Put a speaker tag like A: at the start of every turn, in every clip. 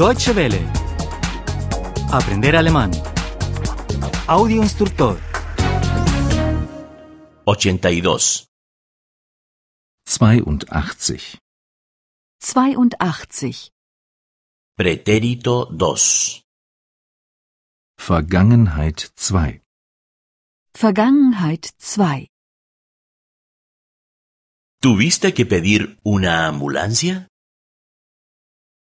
A: Deutsche Welle. Aprender alemán. Audio instructor.
B: 82.
C: 82.
D: 82.
B: Pretérito 2.
C: Vergangenheit 2.
D: Vergangenheit 2.
B: ¿Tuviste que pedir una ambulancia?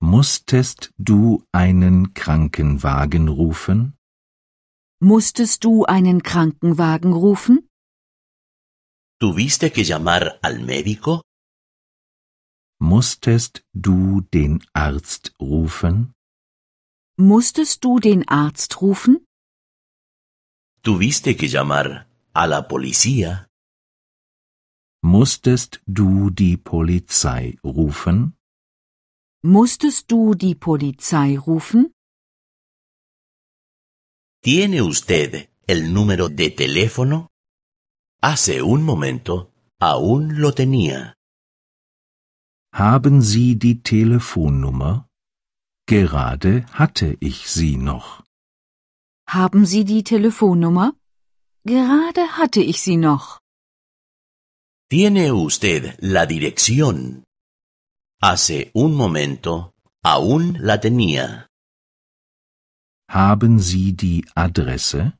C: Musstest du einen Krankenwagen rufen?
D: Musstest du einen Krankenwagen rufen?
B: ¿Tuviste que llamar al médico?
C: Musstest du den Arzt rufen?
D: Musstest du den Arzt rufen?
B: ¿Tuviste que llamar a la policía?
C: Musstest du die Polizei rufen?
D: Musstest du die Polizei rufen?
B: ¿Tiene usted el número de teléfono? Hace un momento aún lo tenía.
C: Haben Sie die Telefonnummer? Gerade hatte ich sie noch.
D: Haben Sie die Telefonnummer? Gerade hatte ich sie noch.
B: ¿Tiene usted la dirección? Hace un momento aún la tenía.
C: Haben Sie die Adresse?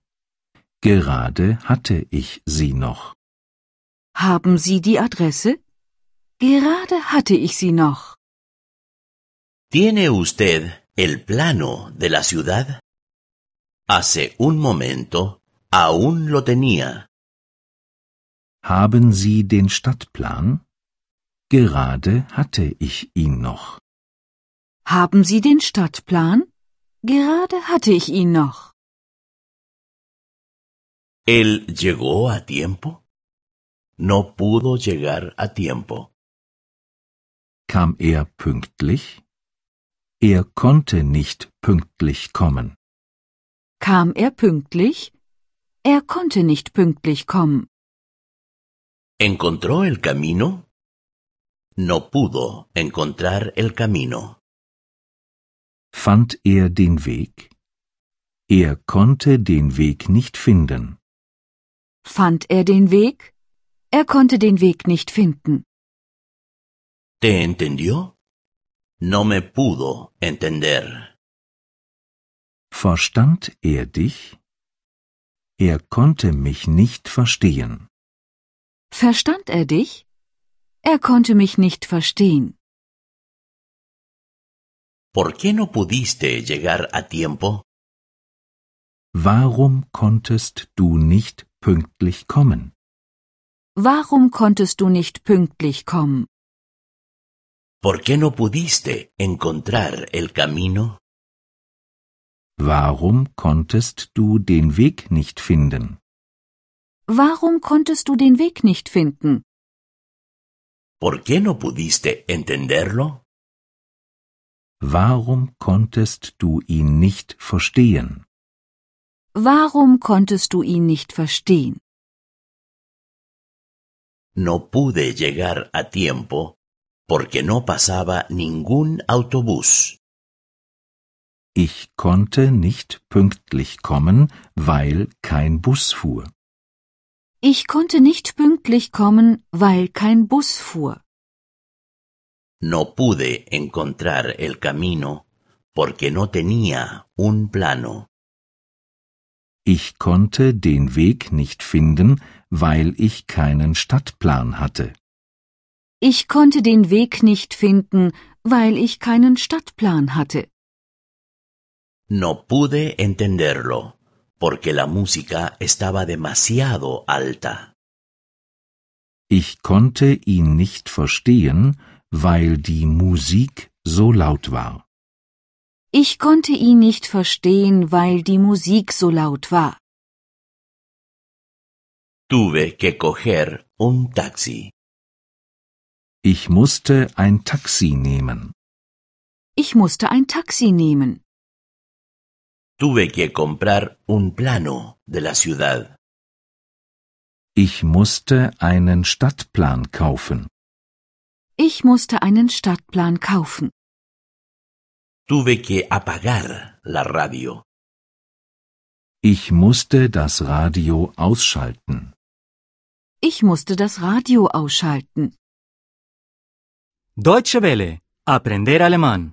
C: Gerade hatte ich sie noch.
D: Haben Sie die Adresse? Gerade hatte ich sie noch.
B: ¿Tiene usted el plano de la ciudad? Hace un momento aún lo tenía.
C: Haben Sie den Stadtplan? Gerade hatte ich ihn noch.
D: Haben Sie den Stadtplan? Gerade hatte ich ihn noch.
B: ¿Él llegó a tiempo? No pudo llegar a tiempo.
C: Kam er pünktlich? Er konnte nicht pünktlich kommen.
D: Kam er pünktlich? Er konnte nicht pünktlich kommen.
B: ¿Encontró el camino? No pudo encontrar el camino.
C: Fand er den Weg? Er konnte den Weg nicht finden.
D: Fand er den Weg? Er konnte den Weg nicht finden.
B: ¿Te entendió? No me pudo entender.
C: Verstand er dich? Er konnte mich nicht verstehen.
D: Verstand er dich? Er konnte mich nicht verstehen.
B: ¿Por qué no pudiste llegar a tiempo?
C: Warum konntest du nicht pünktlich kommen?
D: Warum konntest du nicht pünktlich kommen?
B: ¿Por qué no pudiste encontrar el camino?
C: Warum konntest du den Weg nicht finden?
D: Warum konntest du den Weg nicht finden?
B: ¿Por qué no pudiste entenderlo?
C: Warum konntest du ihn nicht verstehen?
D: Warum konntest du ihn nicht verstehen?
B: No pude llegar a tiempo porque no pasaba ningún autobús.
C: Ich konnte nicht pünktlich kommen, weil kein Bus fuhr.
D: Ich konnte nicht pünktlich kommen, weil kein Bus fuhr.
B: No pude encontrar el camino porque no tenía un plano.
C: Ich konnte den Weg nicht finden, weil ich keinen Stadtplan hatte.
D: Ich konnte den Weg nicht finden, weil ich keinen Stadtplan hatte.
B: No pude entenderlo porque la música estaba demasiado alta.
C: Ich konnte ihn nicht verstehen, weil die Musik so laut war.
D: Ich konnte ihn nicht verstehen, weil die Musik so laut war.
B: Tuve que coger un taxi.
C: Ich musste ein Taxi nehmen.
D: Ich musste ein Taxi nehmen.
B: Tuve que comprar un plano de la ciudad.
C: Ich musste einen Stadtplan kaufen.
D: Ich musste einen Stadtplan kaufen.
B: Tuve que apagar la radio.
C: Ich musste das Radio ausschalten.
D: Ich musste das Radio ausschalten.
A: Deutsche Welle. Aprender alemán.